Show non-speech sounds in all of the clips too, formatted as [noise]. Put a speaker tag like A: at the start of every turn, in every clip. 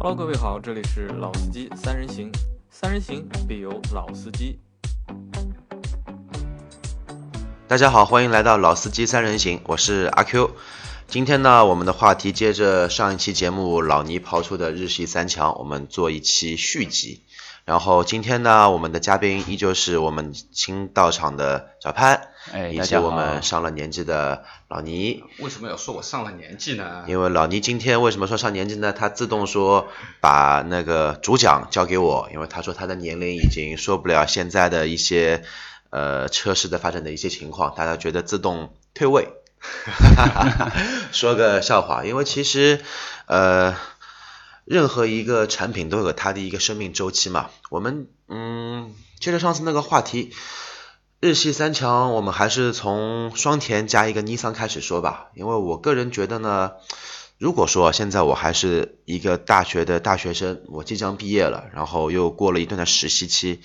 A: 喽，各位好，这里是老司机三人行，三人行必有老司机。
B: 大家好，欢迎来到老司机三人行，我是阿 Q。今天呢，我们的话题接着上一期节目老倪刨出的日系三强，我们做一期续集。然后今天呢，我们的嘉宾依旧是我们新到场的小潘，
C: 哎，
B: 以
C: 大
B: 及
C: 家好。
B: 我们上了年纪的老倪。
D: 为什么要说我上了年纪呢？
B: 因为老倪今天为什么说上年纪呢？他自动说把那个主讲交给我，因为他说他的年龄已经说不了现在的一些呃车市的发展的一些情况，大家觉得自动退位。说个笑话，因为其实呃，任何一个产品都有它的一个生命周期嘛。我们嗯，接着上次那个话题，日系三强，我们还是从双田加一个尼桑开始说吧，因为我个人觉得呢，如果说现在我还是一个大学的大学生，我即将毕业了，然后又过了一段的实习期，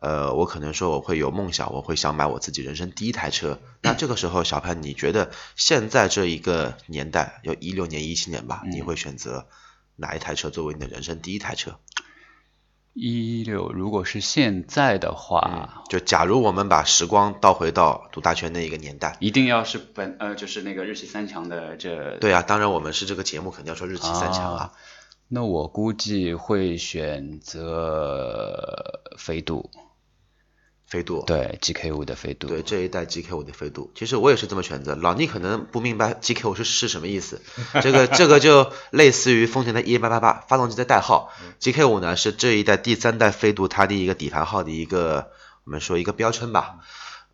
B: 呃，我可能说我会有梦想，我会想买我自己人生第一台车。那这个时候，小潘，你觉得现在这一个年代，有一六年、一七年吧，
C: 嗯
B: 你会选择哪一台车作为你的人生第一台车？
C: 一六，如果是现在的话，
B: 嗯就假如我们把时光倒回到读大学那一个年代。
C: 一定要是本呃，就是那个日系三强的这
B: 对啊，当然我们是这个节目，肯定要说日系三强啊。
C: 那我估计会选择飞度，
B: 飞度，
C: 对 GK 五的飞度。
B: 对这一代 GK 五的飞度，其实我也是这么选择。老倪可能不明白 GK 五是是什么意思，这个这个就类似于丰田的 E 八八八发动机的代号，GK 五呢是这一代第三代飞度它的一个底盘号的一个我们说一个标称吧。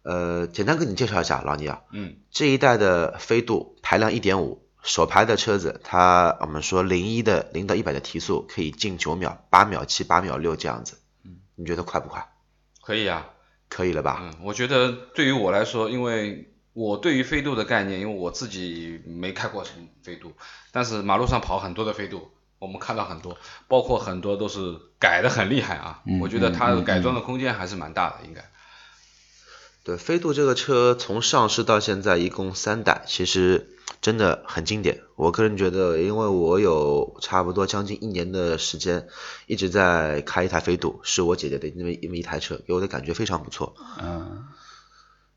B: 呃，简单跟你介绍一下，老倪啊，
D: 嗯，
B: 这一代的飞度排量一点五，首排的车子，它我们说零一的零到一百的提速可以近九秒、八秒七、八秒六这样子，你觉得快不快？
D: 可以啊。
B: 可以了吧？
D: 嗯，我觉得对于我来说，因为我对于飞度的概念，因为我自己没开过什么飞度，但是马路上跑很多的飞度，我们看到很多，包括很多都是改的很厉害啊。
C: 嗯
D: 我觉得它
C: 嗯嗯
D: 改装的空间还是蛮大的，应该。
B: 对，飞度这个车从上市到现在一共三代，其实真的很经典。我个人觉得，因为我有差不多将近一年的时间一直在开一台飞度，是我姐姐的那么一那么一台车，给我的感觉非常不错。
C: 嗯，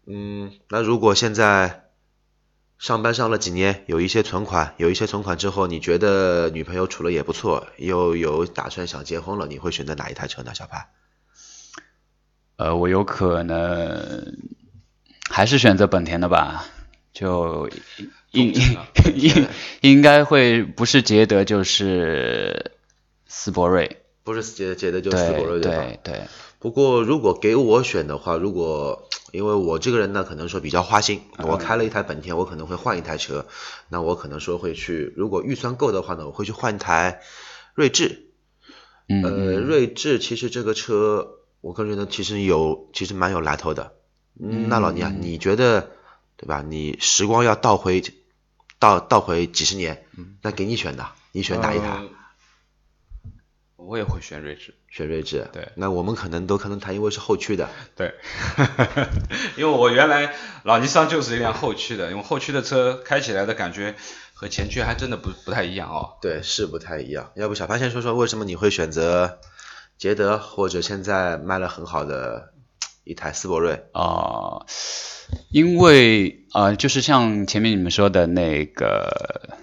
B: 嗯，那如果现在上班上了几年，有一些存款，有一些存款之后，你觉得女朋友处了也不错，又有打算想结婚了，你会选择哪一台车呢？小潘？
C: 呃，我有可能还是选择本田的吧，就应
B: 嗯
D: 中间啊
C: 应应该会不是捷德就是斯铂瑞，
B: 不是姐姐的就
C: 对
B: 是斯铂瑞吧？
C: 对对，
B: 不过如果给我选的话，如果因为我这个人呢，可能说比较花心，我开了一台本田，我可能会换一台车，那我可能说会去，如果预算够的话呢，我会去换一台锐志。
C: 嗯
B: 呃，
C: 嗯
B: 锐志其实这个车，我个人觉得其实有，其实蛮有来头的。嗯那老倪啊，你觉得对吧？你时光要倒回，倒倒回几十年，那给你选的，你 [laughs] 选哪一台？
D: 呃我也会选锐志。
B: 选锐志。
D: 对
B: 那我们可能都可能它因为是后驱的，
D: 对， [laughs] 因为我原来老尼桑就是一辆后驱的，因为后驱的车开起来的感觉和前驱还真的不不太一样哦。
B: 对，是不太一样。要不小潘先说说为什么你会选择捷德，或者现在卖了很好的一台斯铂瑞？
C: 哦，因为呃，就是像前面你们说的那个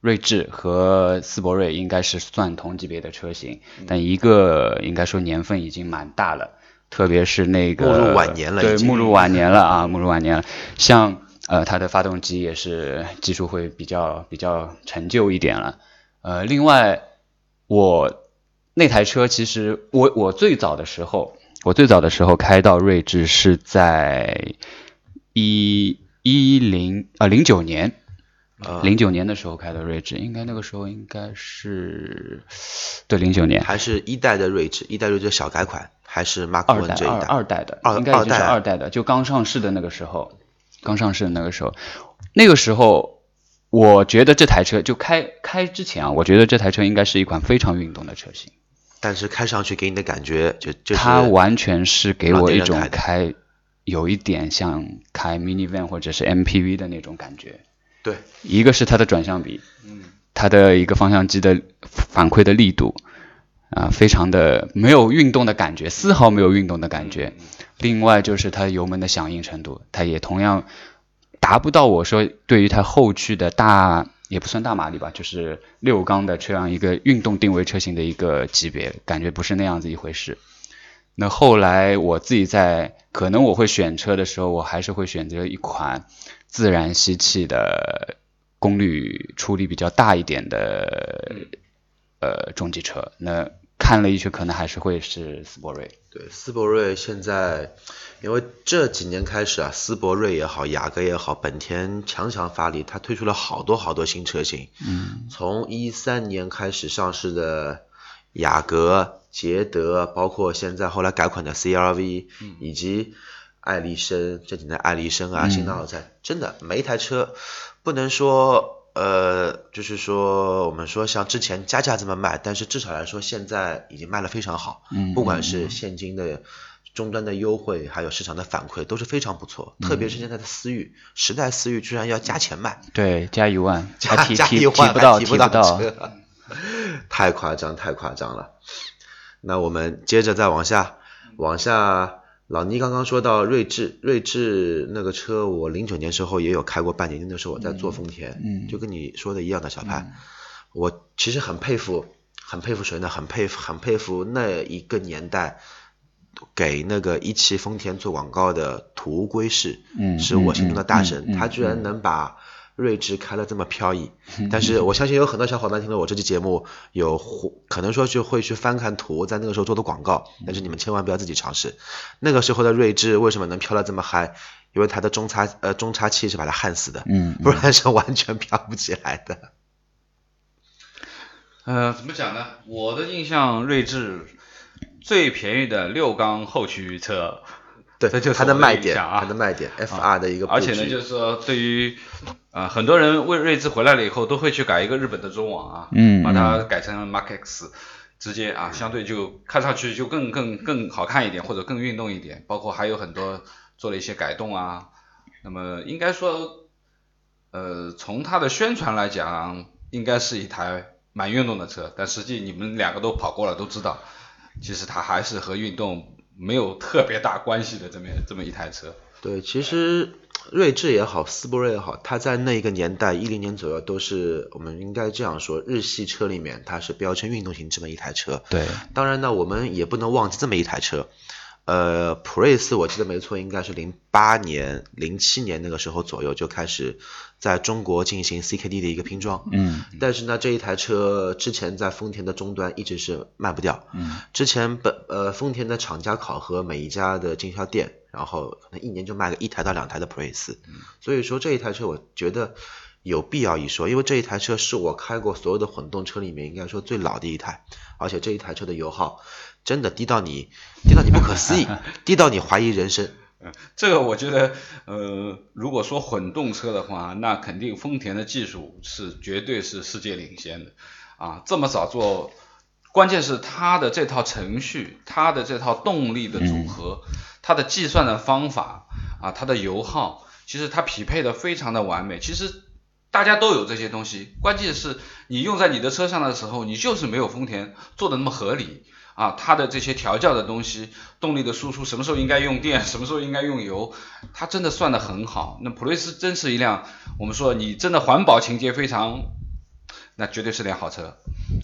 C: 锐志和斯铂瑞应该是算同级别的车型，
B: 嗯
C: 但一个应该说年份已经蛮大了，特别是那个
B: 步入晚年了已
C: 对，
B: 经
C: 目入晚年了啊，目入晚年了。像呃，它的发动机也是技术会比较比较陈旧一点了。呃，另外我那台车其实我我最早的时候，我最早的时候开到锐志是在一一零啊零九年，
B: 啊
C: 零九年的时候开的锐志，应该那个时候应该是对零九年
B: 还是一代的锐志，一代锐志小改款，还是 Mark
C: 二
B: One
C: 代
B: 这
C: 二
B: 一代？
C: 二代的，
B: 二
C: 应该已经是
B: 二代
C: 二代的，就刚上市的那个时候，刚上市的那个时候，那个时候我觉得这台车就开开之前啊，我觉得这台车应该是一款非常运动的车型。
B: 但是开上去给你的感觉就就是
C: 它完全是给
B: 老
C: 我
B: 年
C: 一
B: 人
C: 种
B: 开的
C: 开，有一点像开 minivan 或者是 MPV 的那种感觉。
B: 对
C: 一个是它的转向比，
D: 嗯，
C: 它的一个方向机的反馈的力度啊、非常的没有运动的感觉，丝毫没有运动的感觉。另外就是它油门的响应程度，它也同样达不到我说对于它后驱的大也不算大马力吧，就是六缸的这样一个运动定位车型的一个级别，感觉不是那样子一回事。那后来我自己在可能我会选车的时候，我还是会选择一款自然吸气的功率出力比较大一点的呃中级车。那看了一圈，可能还是会是斯铂瑞。
B: 对，斯铂瑞现在，因为这几年开始啊，斯铂瑞也好，雅阁也好，本田强强发力，它推出了好多好多新车型。嗯，从一三年开始上市的雅阁、捷德，包括现在后来改款的 CRV，、以
C: 嗯
B: 及艾力绅，这几年艾力绅啊，新纳尔在，真的每一台车不能说。呃，就是说，我们说像之前加价这么卖，但是至少来说，现在已经卖了非常好。
C: 嗯
B: 不管是现金的终端的优惠，还有市场的反馈都是非常不错。
C: 嗯
B: 特别是现在的思域，时代思域居然要加钱卖，
C: 对，加一万，
B: 加
C: 啊还提
B: 加
C: 提
B: 一万
C: 不
B: 还
C: 到，
B: 提
C: 提不
B: 到
C: 到。
B: 车，太夸张，太夸张了。那我们接着再往下，往下，老倪刚刚说到锐志，锐志那个车，我零九年时候也有开过半年，那时候我在做丰田，
C: 嗯
B: 就跟你说的一样的小潘，我其实很佩服，很佩服谁呢？很佩服，很佩服那一个年代。给那个一汽丰田做广告的土屋圭市，
C: 嗯
B: 是我心中的大神，
C: 嗯嗯嗯
B: 他居然能把睿智开了这么飘
C: [laughs]
B: 逸。但是我相信有很多小伙伴听了我这期节目，有互可能说就会去翻看图，在那个时候做的广告，
C: 嗯
B: 但是你们千万不要自己尝试。那个时候的睿智为什么能飘得这么嗨？因为它的中差呃中差器是把它焊死的，
C: 嗯，
B: [laughs] 不然是完全飘不起来的。
D: 呃，怎么讲呢？我的印象，锐志最便宜的六缸后驱车，
B: 对，
D: 这就是
B: 它的
D: 我的
B: 卖
D: 印
B: 点，
D: 象啊
B: 它的卖点，FR 的一个布
D: 而
B: 局。
D: 且呢，就是说对于呃很多人为锐志回来了以后，都会去改一个日本的中网啊，
C: 嗯
D: 把它改成 Mark X，直接啊，相对就看上去就更更更好看一点，或者更运动一点，包括还有很多做了一些改动啊。那么应该说，呃，从它的宣传来讲，应该是一台蛮运动的车，但实际你们两个都跑过了，都知道，其实它还是和运动没有特别大关系的这么这么一台车。
B: 对，其实睿智也好，思铂睿也好，它在那一个年代，一零年左右，都是我们应该这样说，日系车里面它是标称运动型这么一台车。
C: 对，
B: 当然呢，我们也不能忘记这么一台车。呃，普锐斯我记得没错，应该是零八年、零七年那个时候左右就开始在中国进行 CKD 的一个拼装。
C: 嗯
B: 但是呢，这一台车之前在丰田的终端一直是卖不掉。
C: 嗯
B: 之前本呃丰田的厂家考核每一家的经销店，然后可能一年就卖个一台到两台的普锐斯，所以说这一台车我觉得有必要一说，因为这一台车是我开过所有的混动车里面应该说最老的一台，而且这一台车的油耗真的低到你低到你不可思议，低到你怀疑人生。
D: [laughs] 这个我觉得，呃，如果说混动车的话，那肯定丰田的技术是绝对是世界领先的啊！这么早做，关键是它的这套程序，它的这套动力的组合，它的计算的方法啊，它的油耗，其实它匹配的非常的完美。其实大家都有这些东西，关键是你用在你的车上的时候，你就是没有丰田做的那么合理。啊，它的这些调教的东西，动力的输出，什么时候应该用电，什么时候应该用油，它真的算得很好。那普锐斯真是一辆，我们说你真的环保情节非常，那绝对是辆好车。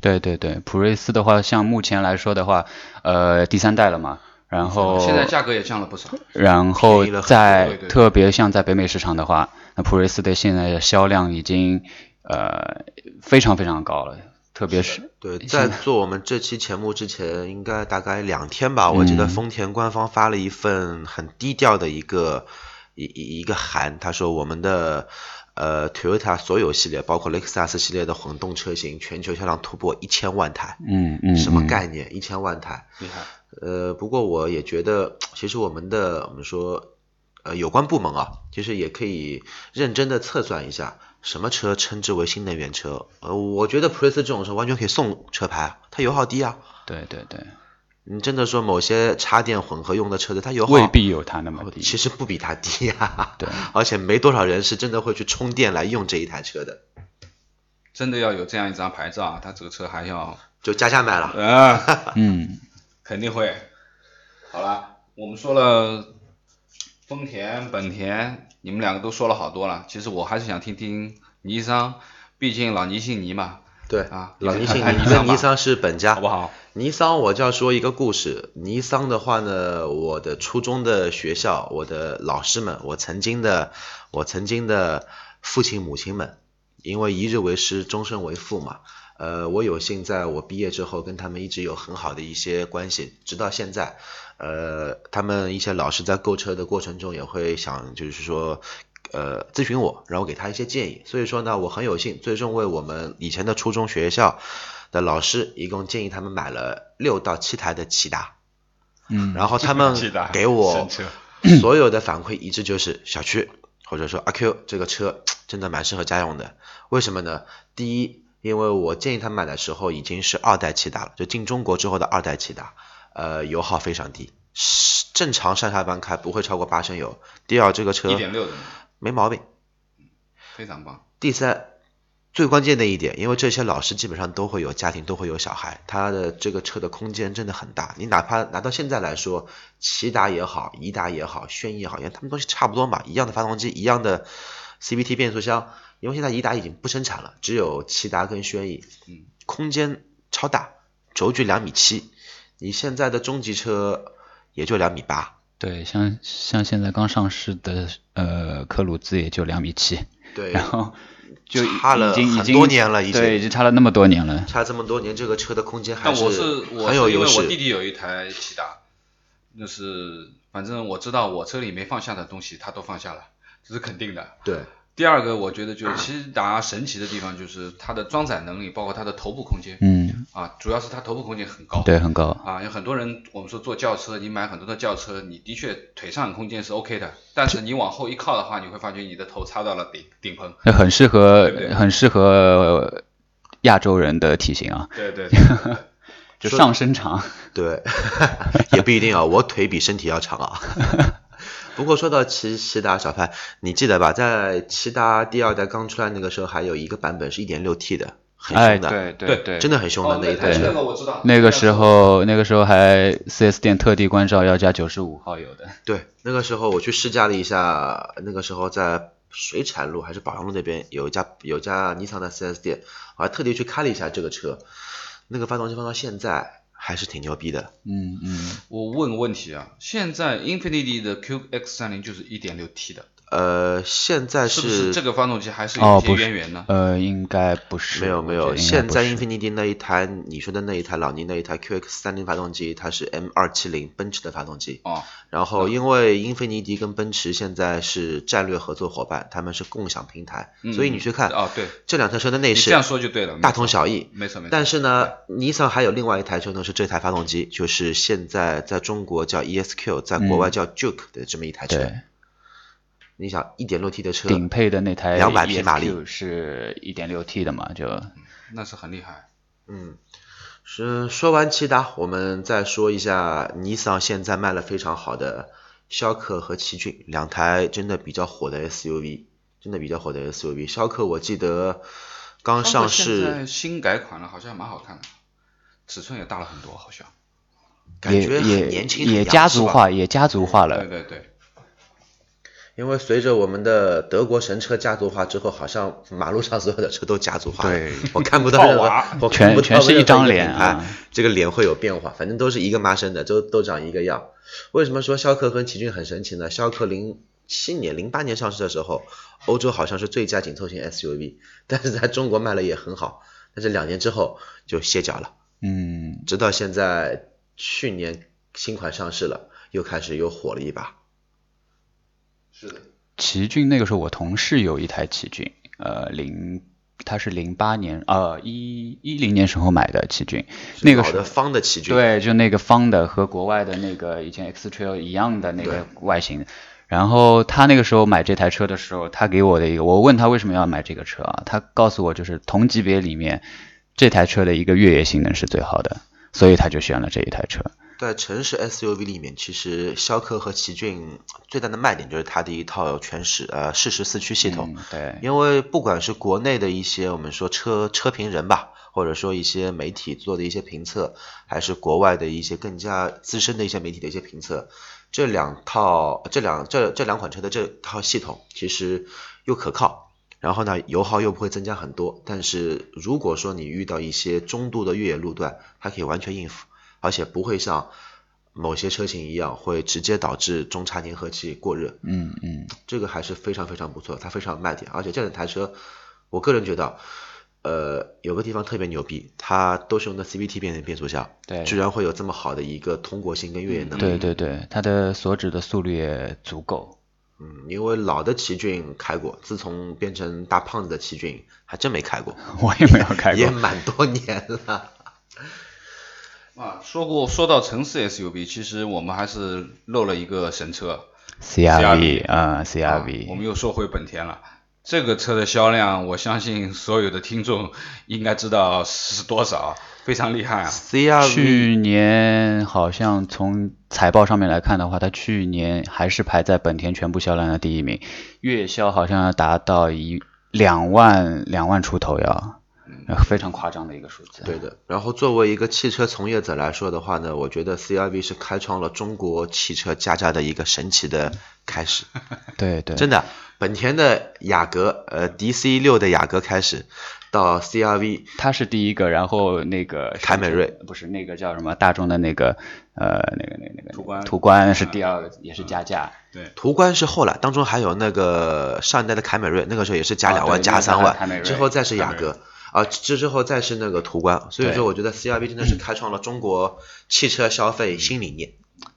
C: 对对对，普锐斯的话，像目前来说的话，呃，第三代了嘛，然后
D: 现在价格也降了不少。
C: 然后
B: 便宜了很多
C: 在
D: 对对
C: 特别像在北美市场的话，那普锐斯的现在的销量已经呃非常非常高了，特别是
B: 对，在做我们这期节目之前，应该大概两天吧，我记得
C: 嗯
B: 丰田官方发了一份很低调的一个一一一个函，他说我们的呃 Toyota 所有系列，包括雷克萨斯系列的混动车型，全球销量突破一千万台，
C: 嗯嗯
B: 什么
C: 嗯
B: 概念？一千万台，
D: 厉害，
B: 呃，不过我也觉得，其实我们的我们说，呃，有关部门啊，其实也可以认真的测算一下，什么车称之为新能源车。呃，我觉得普锐斯这种车完全可以送车牌啊，它油耗低啊。
C: 对对对，
B: 你真的说某些插电混合用的车子，它油耗
C: 未必有它那么低。
B: 其实不比它低啊。
D: [laughs]
C: 对，
B: 而且没多少人是真的会去充电来用这一台车的。
D: 真的要有这样一张牌照啊，他这个车还要
B: 就加价买了。
D: [laughs] 啊，
C: 嗯，
D: 肯定会。好了，我们说了丰田、本田，你们两个都说了好多了。其实我还是想听听尼桑，毕竟老尼姓尼嘛，
B: 对
D: 啊
B: 老尼
D: 你
B: 姓
D: 看
B: 尼
D: 尼桑吧
B: 尼桑是本家，
D: 好不好？
B: 尼桑，我就要说一个故事。尼桑的话呢，我的初中的学校，我的老师们，我曾经的，我曾经的父亲母亲们，因为一日为师，终身为父嘛。呃，我有幸在我毕业之后跟他们一直有很好的一些关系，直到现在。呃，他们一些老师在购车的过程中也会想，就是说，呃，咨询我，让我给他一些建议。所以说呢，我很有幸，最终为我们以前的初中学校的老师一共建议他们买了六到七台的骐
D: [laughs]
B: 达，
C: 嗯，
B: 然后他们
D: 记得
B: 给
D: 神
B: 我
D: 车
B: 所有的反馈一致就是小区或者说阿 Q 这个车真的蛮适合家用的，为什么呢？第一，因为我建议他买的时候已经是二代骐达了，就进中国之后的二代骐达，呃，油耗非常低，是正常上下班开不会超过八升油。第二，这个车
D: 一点六的，
B: 没毛病。
D: 非常棒。
B: 第三，最关键的一点，因为这些老师基本上都会有家庭，都会有小孩，他的这个车的空间真的很大。你哪怕拿到现在来说，骐达也好，颐达也好，轩逸也好，因为他们东西差不多嘛，一样的发动机，一样的 CVT 变速箱。因为现在颐达已经不生产了，只有骐达跟轩逸，
D: 嗯，
B: 空间超大，轴距两米七，你现在的中级车也就两米八，
C: 对，像像现在刚上市的呃科鲁兹也就两米七，
B: 对，
D: [laughs]
C: 然后就已
B: 差了
C: 已经已
B: 很
C: 经
B: 多年了已经
C: 对，已经差了那么多年了。
B: 差这么多年，这个车的空间还
D: 但我我
B: 很有
D: 是因
B: 优
D: 为
B: 势。
D: 我弟弟有一台骐达，那是反正我知道我车里没放下的东西他都放下了，这是肯定的。
B: 对，
D: 第二个，我觉得就是骐达神奇的地方就是它的装载能力，包括它的头部空间
C: 嗯，
D: 啊，主要是它头部空间很
B: 哦
D: 高。
C: 对，很高。
D: 啊，有很多人我们说坐轿车，你买很多的轿车，你的确腿上空间是 OK 的，但是你往后一靠的话，你会发觉你的头插到了顶顶棚。
C: 那很适合，
D: 对不对
C: 很适合亚洲人的体型啊，
D: 对对对对，
C: 就上身长。
B: 对， [laughs] 也不一定啊，我腿比身体要长啊。 [laughs] 不过说到骐骐达小潘，你记得吧？在骐达第二代刚出来那个时候，还有一个版本是 1.6T 的，很
C: 哎，
B: 凶的，
C: 对对
D: 对
C: 对，
B: 真的很凶的、
D: 哦
B: 那一台
D: 那
B: 车。
D: 个我知道。
C: 那个时候，那个时候还 4S 店特地关照要加九十五号油的。
B: 对，那个时候我去试驾了一下，那个时候在水产路还是宝阳路那边有一家有一家尼桑的 4S 店，我还特地去开了一下这个车，那个发动机放到现在还是挺牛逼的。
C: 嗯嗯，
D: 我问个问题啊，现在 Infinity 的 QX 3 0就是 1.6T 的，
B: 呃，现在
D: 是不是这个发动机还是有
C: 哦
D: 一些
C: 不是
D: 渊源呢？
C: 呃，应该不是，
B: 没有没
C: 我觉
B: 有，
C: 得
B: 现
C: 应该
B: 在
C: 不是
B: Infinity 那一台你说的那一台老倪那一台 QX 三零发动机，它是 M 二七零奔驰的发动机。
D: 哦，
B: 然后
C: 嗯
B: 因为英菲尼迪跟奔驰现在是战略合作伙伴，他们是共享平台，
D: 嗯
B: 所以你去看
D: 哦对
B: 这两台车的
D: 你
B: 内饰
D: 这样说就对了，
B: 大同小异。
D: 没错没错。
B: 但是呢，尼桑还有另外一台车呢，是这台发动机，就是现在在中国叫 ESQ，在国外叫 Juke 的这么一台车。
C: 嗯对
B: 你想，一点六 T 的车，
C: 顶配的那台
B: 200匹马力
C: ESQ 是一点六 T 的嘛，就
D: 那是很厉害。
B: 嗯，是说完骐达，我们再说一下尼桑现在卖了非常好的逍客和奇骏两台真的比较火的 SUV，真的比较火的 SUV。逍客我记得刚上
D: 包括现在
B: 市，
D: 新改款了，好像蛮好看的，尺寸也大了很多，好像。
B: 感
C: 也
B: 觉很
C: 也
B: 年轻，
C: 也
B: 很洋
C: 家
B: 气
C: 族
B: 吧
C: 化，也家族化了
D: 对。对对，
B: 因为随着我们的德国神车家族化之后，好像马路上所有的车都家族化了。
C: 对
B: 我看不到
D: 套
B: 任何
D: 娃，
B: 我看
C: 全
B: 不
C: 全
B: 到
C: 是一
B: 任何
C: 张
B: 个
C: 脸
B: 品
C: 啊
B: 牌这个脸会有变化，反正都是一个妈生的，都都长一个样。为什么说逍客跟奇骏很神奇呢？逍客零七年、零八年上市的时候，欧洲好像是最佳紧凑型 SUV，但是在中国卖了也很好，但是两年之后就歇脚了。
C: 嗯，
B: 直到现在，去年新款上市了，又开始又火了一把。
D: 是的。
C: 奇骏那个时候我同事有一台奇骏，呃，零，他是零八年，呃，一一零年时候买的奇骏，那个
B: 老
C: 时
B: 的
C: 候。
B: 方的奇骏，
C: 对，就那个方的和国外的那个以前 X Trail 一样的那个外形。然后他那个时候买这台车的时候，他给我的一个，我问他为什么要买这个车啊，他告诉我就是同级别里面这台车的一个越野性能是最好的，所以他就选了这一台车。
B: 在城市 SUV 里面，其实逍客和奇骏最大的卖点就是它的一套全时呃适时四驱系统。
C: 嗯对，
B: 因为不管是国内的一些我们说车车评人吧，或者说一些媒体做的一些评测，还是国外的一些更加资深的一些媒体的一些评测，这两套这两这这两款车的这套系统其实又可靠，然后呢油耗又不会增加很多，但是如果说你遇到一些中度的越野路段，它可以完全应付，而且不会像。某些车型一样，会直接导致中差粘合器过热。
C: 嗯嗯，
B: 这个还是非常非常不错，它非常有卖点，而且这两台车，我个人觉得，呃，有个地方特别牛逼，它都是用的 CVT 变变速箱，
C: 对
B: 居然会有这么好的一个通过性跟越野能力，
C: 对对对，它的所指的速率也足够。 [laughs]
B: 嗯，因为老的奇骏开过，自从变成大胖子的奇骏还真没开过，
C: 我也没有开
B: 也
C: 过，
B: 蛮多年
C: [laughs]
B: 了，
D: 啊，说过说到城市 SUV，其实我们还是漏了一个神车
C: CRV 啊
D: 啊
C: ，CRV，
D: 我们又说回本田了。这个车的销量，我相信所有的听众应该知道是多少，非常厉害啊！
B: ，CRV
C: 去年好像从财报上面来看的话，它去年还是排在本田全部销量的第一名，月销好像要达到一两万两万出头要，呃非常夸张的一个数字。
B: 对的，然后作为一个汽车从业者来说的话呢，我觉得 CRV 是开创了中国汽车加价的一个神奇的开始。
C: 对对，
B: 真的，本田的雅阁，呃，DC 六的雅阁开始，到 CRV，
C: 它是第一个，然后那个
B: 凯美瑞
C: 不是那个叫什么大众的那个呃那个那个那个
D: 途观
C: 途观嗯是第二个，也是加价。 [laughs]
D: 对，
B: 途观是后来，当中还有那个上一代的凯美瑞，那个时候也是加
C: 啊
B: 两万、
C: 对那
B: 加
C: 个
B: 三
C: 凯美
B: 万，
C: 瑞
B: 之后再是雅阁，啊，之之后再是那个途观，所以
C: 对
B: 说我觉得 CRV 真的是开创了中国汽车消费新理念，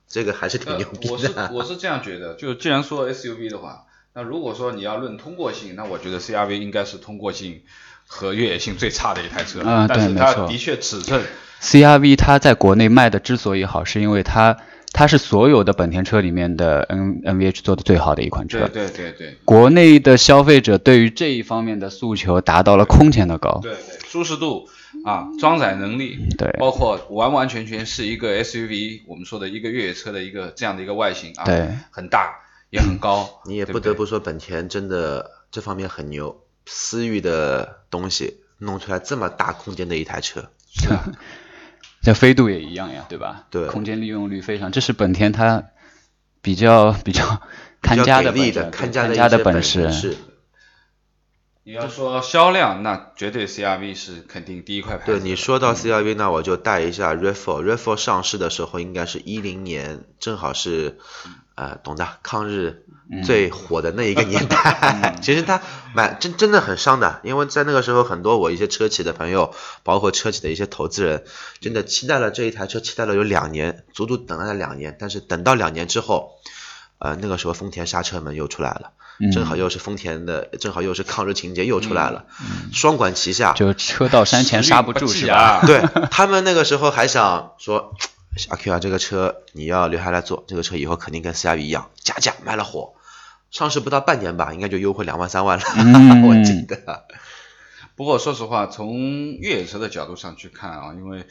B: 这个还是挺
D: 呃
B: 牛逼
D: 我是
C: 啊
B: 的。
C: [laughs]
D: 我是这样觉得，就既然说 SUV 的话，那如果说你要论通过性，那我觉得 CRV 应该是通过性和越野性最差的一台车，
C: 啊
D: 但是
C: 对没
D: 它
C: 错
D: 的确尺寸
C: CRV 它在国内卖的之所以好，是因为它它是所有的本田车里面的 N NVH 做的最好的一款车。
D: 对对对对
C: 国内的消费者对于这一方面的诉求达到了空前的高。
D: 对对，舒适度啊，装载能力，
C: 对
B: 哦
D: 包括完完全全是一个 SUV，我们说的一个越野车的一个这样的一个外形啊，
C: 对，
D: 很大也很高，
B: [laughs] 嗯你也不
D: 对不
B: 得
D: 对
B: 不说，本田真的这方面很牛，思域的东西弄出来这么大空间的一台车，
D: 是啊，
C: 像飞度也一样呀，对吧？
B: 对
C: 空间利用率非常，这是本田它比较比较看家
B: 比较给
C: 的
B: 力
C: 本
B: 的
C: 事，
B: 看
C: 看
B: 家的
C: 家
B: 一
C: 的
B: 些
C: 本
B: 事。
D: 你要说销量，那绝对 CRV 是肯定第一块牌子
B: 对
D: 的。
B: 你说到 CRV，那我就带一下 RAV4，RAV4 上市的时候应该是一零年，正好是呃，懂的，抗日
C: 嗯
B: 最火的那一个年代。 [laughs] 其实它蛮真真的很伤的，因为在那个时候，很多我一些车企的朋友，包括车企的一些投资人，真的期待了这一台车，期待了有两年，足足等待了两年。但是等到两年之后，呃，那个时候丰田刹车门又出来了，
C: 嗯
B: 正好又是丰田的，正好又是抗日情节又出来了，双管齐下，
C: 就车到山前刹不住
D: 时
C: 是
D: 运济
C: 吧？
D: 啊？ [laughs]
B: 对他们那个时候还想说，阿 Q 啊，这个车你要留下来做，这个车以后肯定跟 CRV 一样加价卖了火，上市不到半年吧，应该就优惠两万三万了，
C: 嗯
B: [laughs] 我记得。
D: 不过说实话，从越野车的角度上去看啊，因为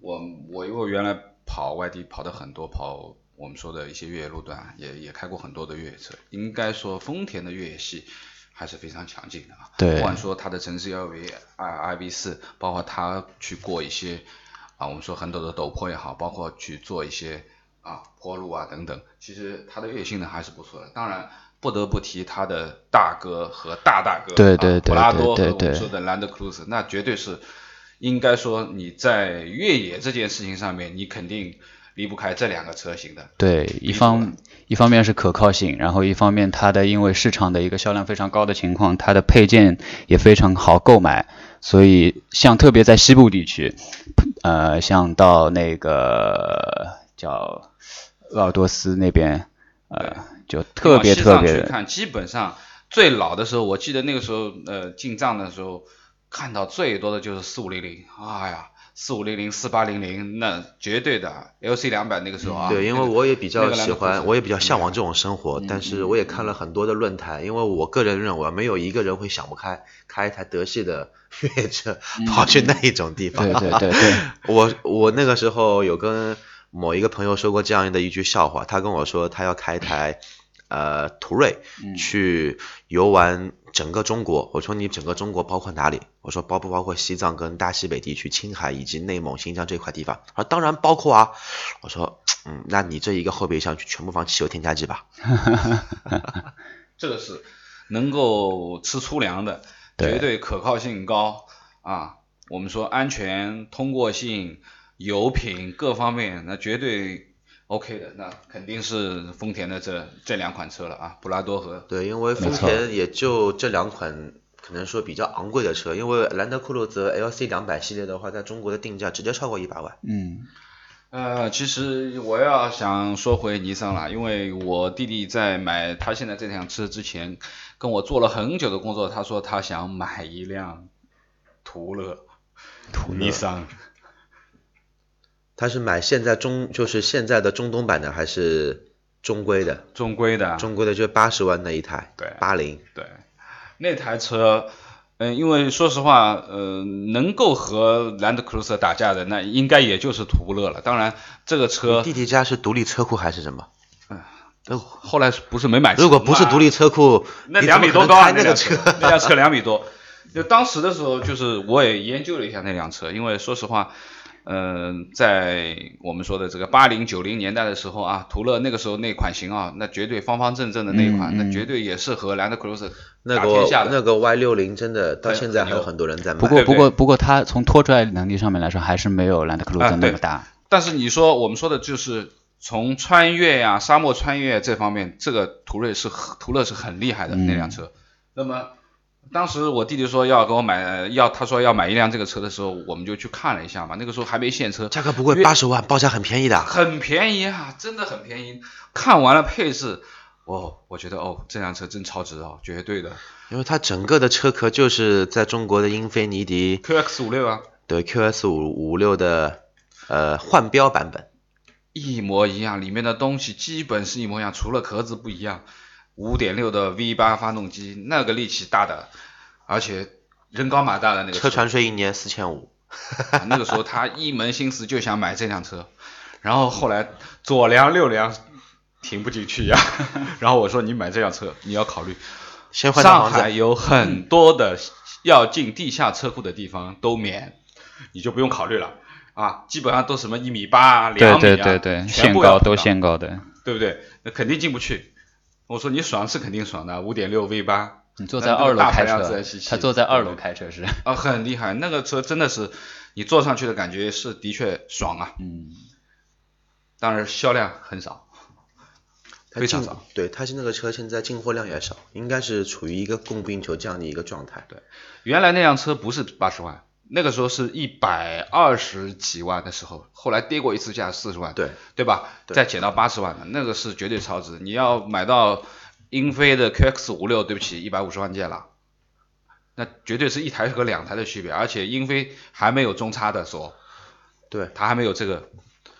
D: 我我因为原来跑外地跑的很多，跑我们说的一些越野路段啊，也也开过很多的越野车，应该说丰田的越野系还是非常强劲的啊。
C: 对
D: 不管说它的城市 LV、I IV 四，包括它去过一些啊，我们说很陡的陡坡也好，包括去做一些啊坡路啊等等，其实它的越野性能还是不错的。当然。不得不提它的大哥和大大哥，
C: 对对对
D: 啊普拉多和
C: 对对
D: 我
C: 对
D: 们说的 Land Cruiser，那绝对是应该说你在越野这件事情上面，你肯定离不开这两个车型的。
C: 对，一
D: 逼
C: 方一方面是可靠性，然后一方面它的因为市场的一个销量非常高的情况，它的配件也非常好购买，所以像特别在西部地区，呃，像到那个叫鄂尔多斯那边，呃，就特别
D: 你
C: 特
D: 往西
C: 别
D: 藏去看，基本上最老的时候，我记得那个时候，呃，进藏的时候看到最多的就是四五零零，哎呀，四五零零、四八零零，那绝对的 LC 两百那个时候啊。
C: 嗯
B: 对，因为我也比较喜
D: 那个
B: 欢，
D: Land Cruiser
B: 我也比较向往这种生
D: 嗯
B: 活，但是我也看了很多的论坛，因为我个人认为没有一个人会想不开开一台德系的
D: 嗯
B: 越野车跑去那一种地方。
D: [laughs]
C: 对对对对，
B: 我我那个时候有跟某一个朋友说过这样的一句笑话，他跟我说他要开一台呃途锐去游玩整个中国。我说你整个中国包括哪里？我说包不包括西藏跟大西北地区、青海以及内蒙、新疆这块地方？他说当然包括啊。我说嗯，那你这一个后备箱就全部放汽油添加剂吧。
D: 这个是能够吃粗粮的，
C: 对
D: 绝对可靠性高啊。我们说安全、通过性、油品各方面，那绝对 OK 的，那肯定是丰田的这这两款车了啊，布拉多和
B: 对，因为丰
C: 错
B: 田也就这两款可能说比较昂贵的车，因为兰德酷路泽 LC 两百系列的话，在中国的定价直接超过一百万。
C: 嗯
D: 呃，其实我要想说回尼桑了，因为我弟弟在买他现在这辆车之前，跟我做了很久的工作，他说他想买一辆途乐，途尼桑，
B: 他是买现在中就是现在的中东版的还是中规的？
D: 中规的，
B: 中规的就八十万那一台，
D: 啊对
B: 八零。
D: 对，那台车，嗯、因为说实话，呃，能够和 Land Cruiser 打架的，那应该也就是途乐了。当然，这个车
B: 弟弟家是独立车库还是什么？
D: 后来是不是没买成
B: 如果不是
D: 嘛
B: 独立车库，
D: 啊那
B: 你
D: 两
B: 怎
D: 米
B: 么可
D: 多
B: 能
D: 高啊！
B: 开那
D: 辆
B: 个车， [laughs]
D: 那辆车两米多。就当时的时候，就是我也研究了一下那辆车，因为说实话，嗯、在我们说的这个八零九零年代的时候啊，途乐那个时候那款型啊，那绝对方方正正的那一款，
C: 嗯嗯
D: 那绝对也是和 Land Cruiser
B: 那
D: 打天下
B: 个
D: 的。
B: 那个 Y 六零真的到
D: 很
B: 现在还有
D: 牛
B: 很多人在买。
C: 不过
D: 对
C: 不
D: 对
C: 过不过，它从拖拽能力上面来说，还是没有兰德酷路
D: 啊
C: 泽那
D: 对
C: 么大。
D: 但是你说我们说的就是从穿越呀、沙漠穿越这方面，这个途锐是很途乐是很厉害的、
C: 嗯
D: 那辆车。那么当时我弟弟说要给我买，要他说要买一辆这个车的时候，我们就去看了一下嘛。那个时候还没现车，
B: 价格不贵，
D: 约
B: 八十万，报价很便宜的。
D: 很便宜啊，真的很便宜。看完了配置，哦，我觉得哦，这辆车真超值啊，绝对的。
B: 因为它整个的车壳就是在中国的英菲尼迪
D: QX 五六啊，
B: 对 QS 五五六的呃换标版本，
D: 一模一样，里面的东西基本是一模一样，除了壳子不一样。五点六的 V 八发动机，那个力气大的，而且人高马大的那个
B: 车船税一年四千五。
D: 啊那个时候他一门心思就想买这辆车，然后后来左梁右梁停不进去
C: [laughs]
D: 呀、然后我说你买这辆车你要考虑，
B: 先换套
D: 上
B: 房
D: 海
B: 子，
D: 有很多的要进地下车库的地方都免，你就不用考虑了啊，基本上都什么一米八啊、
C: 对
D: 两米啊，
C: 对对对，限
D: 全部
C: 高
D: 要
C: 都
D: 碰到
C: 限高的。
D: 对不对？那肯定进不去。我说你爽是肯定爽的，五点六 V 八
C: 你坐
D: 那
C: 在
D: 那个
C: 二楼
D: 大
C: 开
D: 排量
C: 车
D: 自然吸，
C: 他
D: 气
C: 坐在二
D: 对
C: 楼开车是，
D: 啊，很厉害，那个车真的是你坐上去的感觉是的确爽啊，
C: 嗯，
D: 当然销量很少，
B: 它
D: 非常
B: 进
D: 少。
B: 对，它是那个车现在进货量也少，应该是处于一个供不应求这样的一个状态。对，
D: 原来那辆车不是八十万，那个时候是一百二十几万的时候，后来跌过一次价四十万，
B: 对
D: 对吧？
B: 对
D: 再减到八十万的，那个是绝对超值。你要买到英菲的 QX 五六，对不起，一百五十万件了，那绝对是一台和两台的区别，而且英菲还没有中差的锁，
B: 对
D: 它还没有这个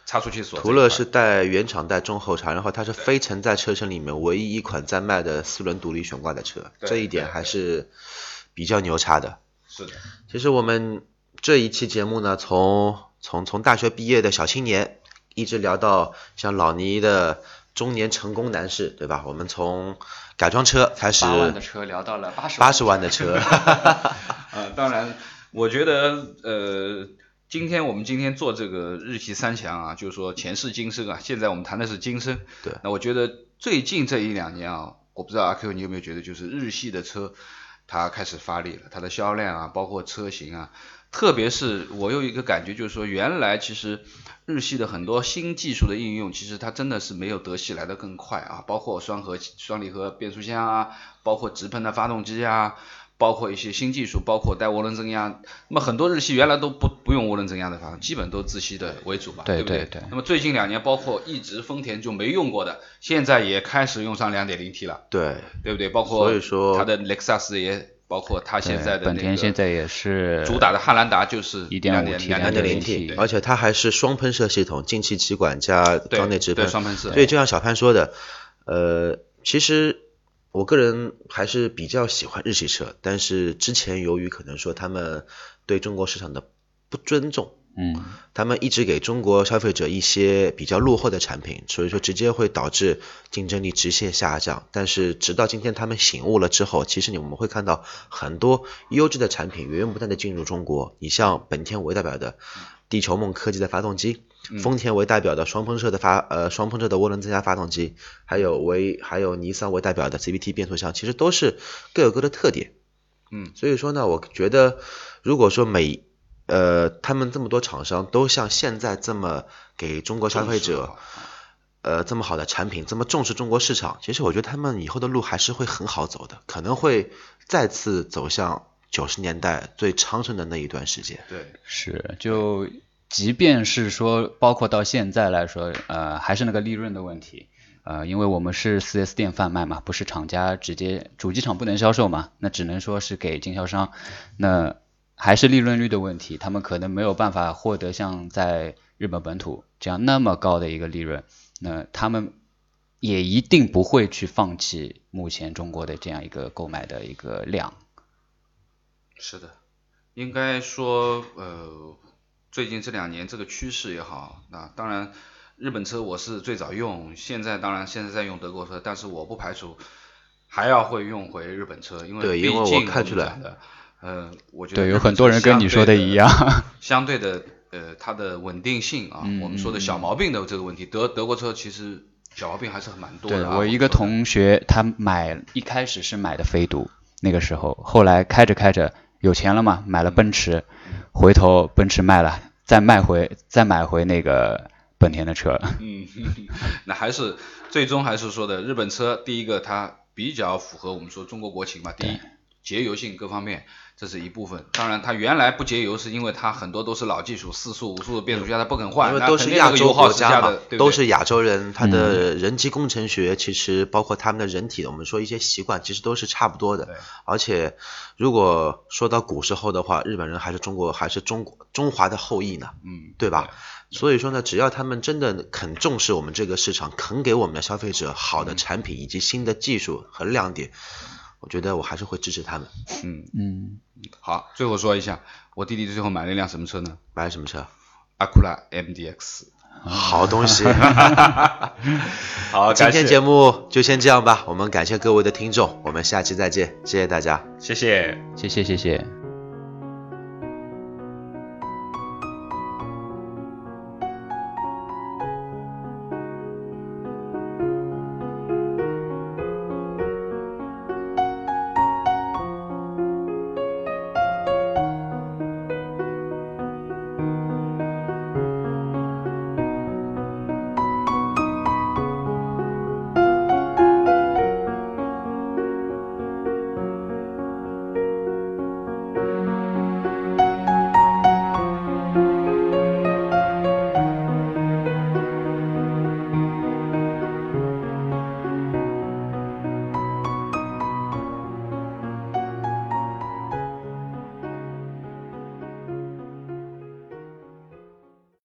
D: 差速器锁这一块。
B: 途乐是带原厂带中后叉，然后它是非承载车身里面唯一一款在卖的四轮独立悬挂的车，
D: 对
B: 这一点
D: 对
B: 还是比较牛叉的。
D: 是的，
B: 其实我们这一期节目呢，从从从大学毕业的小青年，一直聊到像老倪的中年成功男士，对吧？我们从改装车开始，
C: 车聊到了八十
B: 八十万的车，
D: 呃，当然，我觉得呃，今天我们今天做这个日系三强啊，就是说前世今生啊，现在我们谈的是今生。
B: 对
D: 那我觉得最近这一两年啊，我不知道阿 Q 你有没有觉得，就是日系的车它开始发力了，它的销量啊，包括车型啊，特别是我有一个感觉，就是说原来其实日系的很多新技术的应用，其实它真的是没有德系来的更快啊，包括双核双离合变速箱啊，包括直喷的发动机啊。包括一些新技术，包括带涡轮增压，那么很多日系原来都不不用涡轮增压的发动机，基本都自吸的为主吧，
C: 对
D: 不对
C: 对对
D: 那么最近两年，包括一直丰田就没用过的，现在也开始用上 2.0T 了，
B: [laughs] 对，
D: 对不对？包括
B: 所以说
D: 它的雷克萨斯也，包括它现在的
C: 本
D: 那
C: 田
D: 个
C: 现在也是
D: 主打的汉兰达就是
C: 1.5
D: 2.0
C: T
B: 两点
D: 2.0
B: 零
C: 2.0T
B: T，而且它还是双喷射系统，进气歧管加
D: 对
B: 缸内直
D: 对
B: 喷，
D: 双喷射，
B: 对，就像小潘说的，呃，其实我个人还是比较喜欢日系车，但是之前由于可能说他们对中国市场的不尊重，
C: 嗯
B: 他们一直给中国消费者一些比较落后的产品，所以说直接会导致竞争力直线下降。但是直到今天他们醒悟了之后，其实你我们会看到很多优质的产品源源不断的进入中国。你像本田为代表的地球梦科技的发动机，丰田为代表的双喷射的发呃双喷射的涡轮增压发动机，还有为还有尼桑为代表的 CVT 变速箱，其实都是各有各的特点。
D: 嗯，
B: 所以说呢，我觉得如果说每呃，他们这么多厂商都像现在这么给中国消费
D: 重视
B: 者
D: 好，
B: 呃，这么好的产品，这么重视中国市场，其实我觉得他们以后的路还是会很好走的，可能会再次走向九十年代最昌盛的那一段时间。
D: 对，
C: 是，就即便是说，包括到现在来说，呃，还是那个利润的问题。呃，因为我们是 4S 店贩卖嘛，不是厂家直接主机厂不能销售嘛，那只能说是给经销商。那还是利润率的问题，他们可能没有办法获得像在日本本土这样那么高的一个利润。那他们也一定不会去放弃目前中国的这样一个购买的一个量。
D: 是的，应该说，呃，最近这两年这个趋势也好，那当然，日本车我是最早用，现在当然现在在用德国车，但是我不排除还要会用回日本车，因为
B: 对
D: 毕
B: 因为我
D: 竟
B: 看
D: 们
B: 出来
D: 讲的，呃，我觉得
C: 对，有
D: 日本
C: 很多
D: 车
C: 人跟
D: 相
C: 你
D: 对
C: 说的
D: 的
C: 一样。。
D: [laughs] 相对的，呃，它的稳定性啊，
C: 嗯
D: 我们说的小毛病的这个问题，德德国车其实小毛病还是很蛮多
C: 对
D: 的、啊。
C: 我一个
D: 们说的
C: 同学，他买一开始是买的飞度，那个时候，后来开着开着有钱了嘛，买了奔驰，
D: 嗯
C: 嗯回头奔驰卖了，再卖回再买回那个本田的车，
D: 嗯，那还是最终还是说的日本车，第一个它比较符合我们说中国国情嘛，第一节油性各方面，这是一部分。当然，它原来不节油是因为它很多都是老技术，四速、五速的变速箱它不肯换，
B: 因为
D: 那
B: 都
D: 肯
B: 是
D: 定
B: 亚
D: 那个
B: 洲
D: 油耗
B: 国
D: 是
B: 家
D: 加
B: 嘛
D: 的，对不嗯
B: 都
D: 对
B: 是亚洲人，他的人机工程学其实包括他们的人体，我们说一些习惯，其实都是差不多
D: 对
B: 的。而且，如果说到古时候的话，日本人还是中国，还是中国中华的后裔呢。
D: 嗯，
B: 对吧？所以说呢，只要他们真的肯重视我们这个市场，肯给我们的消费者好
D: 嗯
B: 的产品以及新的技术和亮点，我觉得我还是会支持他们。
D: 嗯，
C: 嗯，
D: 好，最后说一下，我弟弟最后买了一辆什么车呢？
B: 买什么
D: 啊 [laughs]
B: 车？
D: 阿库拉 MDX。
B: 好东西。
D: 好，
B: 今
D: 感
B: 天
D: 谢
B: 节目就先这样吧，我们感谢各位的听众，我们下期再见，谢谢大家。
D: 谢谢。
C: 谢谢谢谢。